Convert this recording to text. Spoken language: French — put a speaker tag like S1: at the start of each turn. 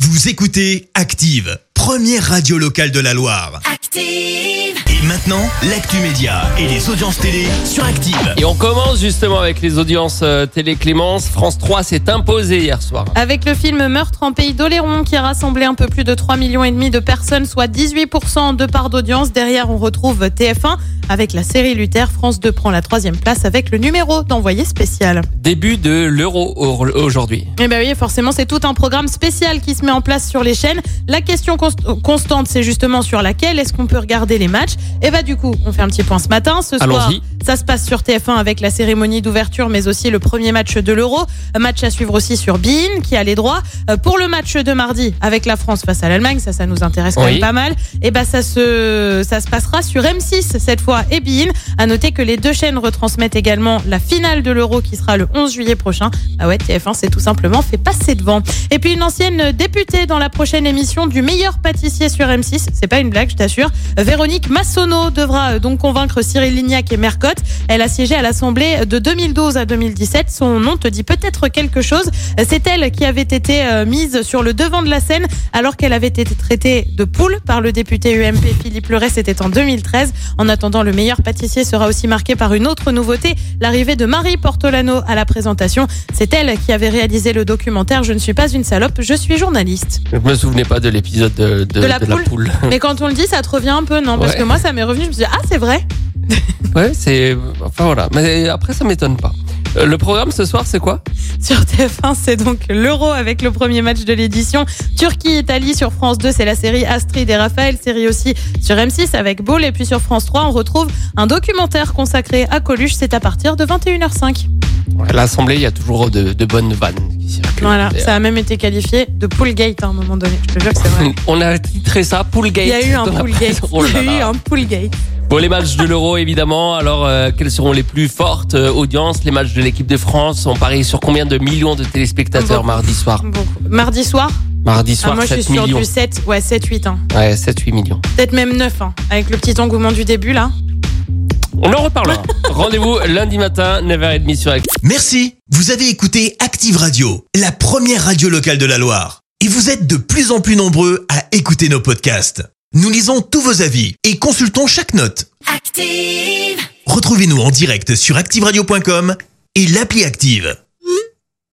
S1: Vous écoutez Active, première radio locale de la Loire.
S2: Active.
S1: Et maintenant, l'actu média et les audiences télé sur Active.
S3: Et on commence justement avec les audiences euh, télé Clémence. France 3 s'est imposée hier soir.
S4: Avec le film Meurtre en pays d'Oléron qui a rassemblé un peu plus de 3,5 millions et demi de personnes, soit 18% de part d'audience. Derrière, on retrouve TF1 avec la série Luther. France 2 prend la troisième place avec le numéro d'envoyé spécial.
S3: Début de l'euro au- aujourd'hui.
S4: Et ben oui, forcément, c'est tout un programme spécial qui se met en place sur les chaînes. La question const- euh, constante, c'est justement sur laquelle est-ce qu'on peut regarder les matchs. Et bah du coup, on fait un petit point ce matin. Ce soir,
S3: Allons-y.
S4: ça se passe sur TF1 avec la cérémonie d'ouverture, mais aussi le premier match de l'Euro. Un Match à suivre aussi sur Bein, qui a les droits. Euh, Pour le match de mardi avec la France face à l'Allemagne, ça, ça nous intéresse quand
S3: Oui.
S4: même pas mal. Et ben ça se, ça se passera sur M6 cette fois et Bein. À noter que les deux chaînes retransmettent également la finale de l'Euro qui sera le 11 juillet prochain. Ah ouais, TF1 s'est tout simplement fait passer devant. Et puis une ancienne députée dans la prochaine émission du meilleur pâtissier sur M6. C'est pas une blague, je t'assure. Véronique Massonneau devra euh, donc convaincre Cyril Lignac et Mercotte. Elle a siégé à l'Assemblée de 2012 à 2017. Son nom te dit peut-être quelque chose. C'est elle qui avait été euh, mise sur le devant de la scène alors qu'elle avait été traitée de poule par le député UMP Philippe Leray. C'était en 2013. En attendant, le meilleur pâtissier sera aussi marqué par une autre nouveauté, l'arrivée de Marie Portolano à la présentation. C'est elle qui avait réalisé le documentaire Je ne suis pas une salope, je suis journaliste.
S3: Je me souvenais pas de l'épisode de,
S4: De la
S3: poule.
S4: Mais quand on le dit, ça te revient un peu, non Parce
S3: Ouais.
S4: que moi, ça m'est revenu, je me dis, ah, c'est vrai.
S3: Ouais, c'est. Enfin voilà. Mais après, ça m'étonne pas. Euh, Le programme ce soir, c'est quoi
S4: Sur TF1, c'est donc l'Euro avec le premier match de l'édition. Turquie-Italie sur France 2, c'est la série Astrid et Raphaël. Série aussi sur M6 avec Ball. Et puis sur France 3, on retrouve un documentaire consacré à Coluche. C'est à partir de 21h05.
S3: À l'Assemblée, il y a toujours de, de bonnes vannes qui circulent.
S4: Voilà,
S3: Et,
S4: ça a même été qualifié de Poolgate à un moment donné. Je te jure que c'est vrai.
S3: euh, On a titré ça Poolgate.
S4: Il y a eu un
S3: dans la
S4: Poolgate.
S3: presse. Oh là
S4: Il y a eu
S3: là.
S4: un Poolgate.
S3: Bon, les matchs de l'Euro, évidemment. Alors, euh, quelles seront les plus fortes euh, audiences Les matchs de l'équipe de France. On parie sur combien de millions de téléspectateurs
S4: Beaucoup.
S3: mardi soir
S4: Bon, mardi soir,
S3: Mardi
S4: ah,
S3: soir,
S4: moi je suis
S3: 7
S4: sur
S3: millions.
S4: du 7, ouais, 7, 8. Hein.
S3: Ouais, 7-8 millions.
S4: Peut-être même 9, hein, avec le petit engouement du début là.
S3: On en reparlera. Rendez-vous lundi matin, 9h30 sur Active.
S1: Merci. Vous avez écouté Active Radio, la première radio locale de la Loire. Et vous êtes de plus en plus nombreux à écouter nos podcasts. Nous lisons tous vos avis et consultons chaque note.
S2: Active.
S1: Retrouvez-nous en direct sur activeradio.com et l'appli Active.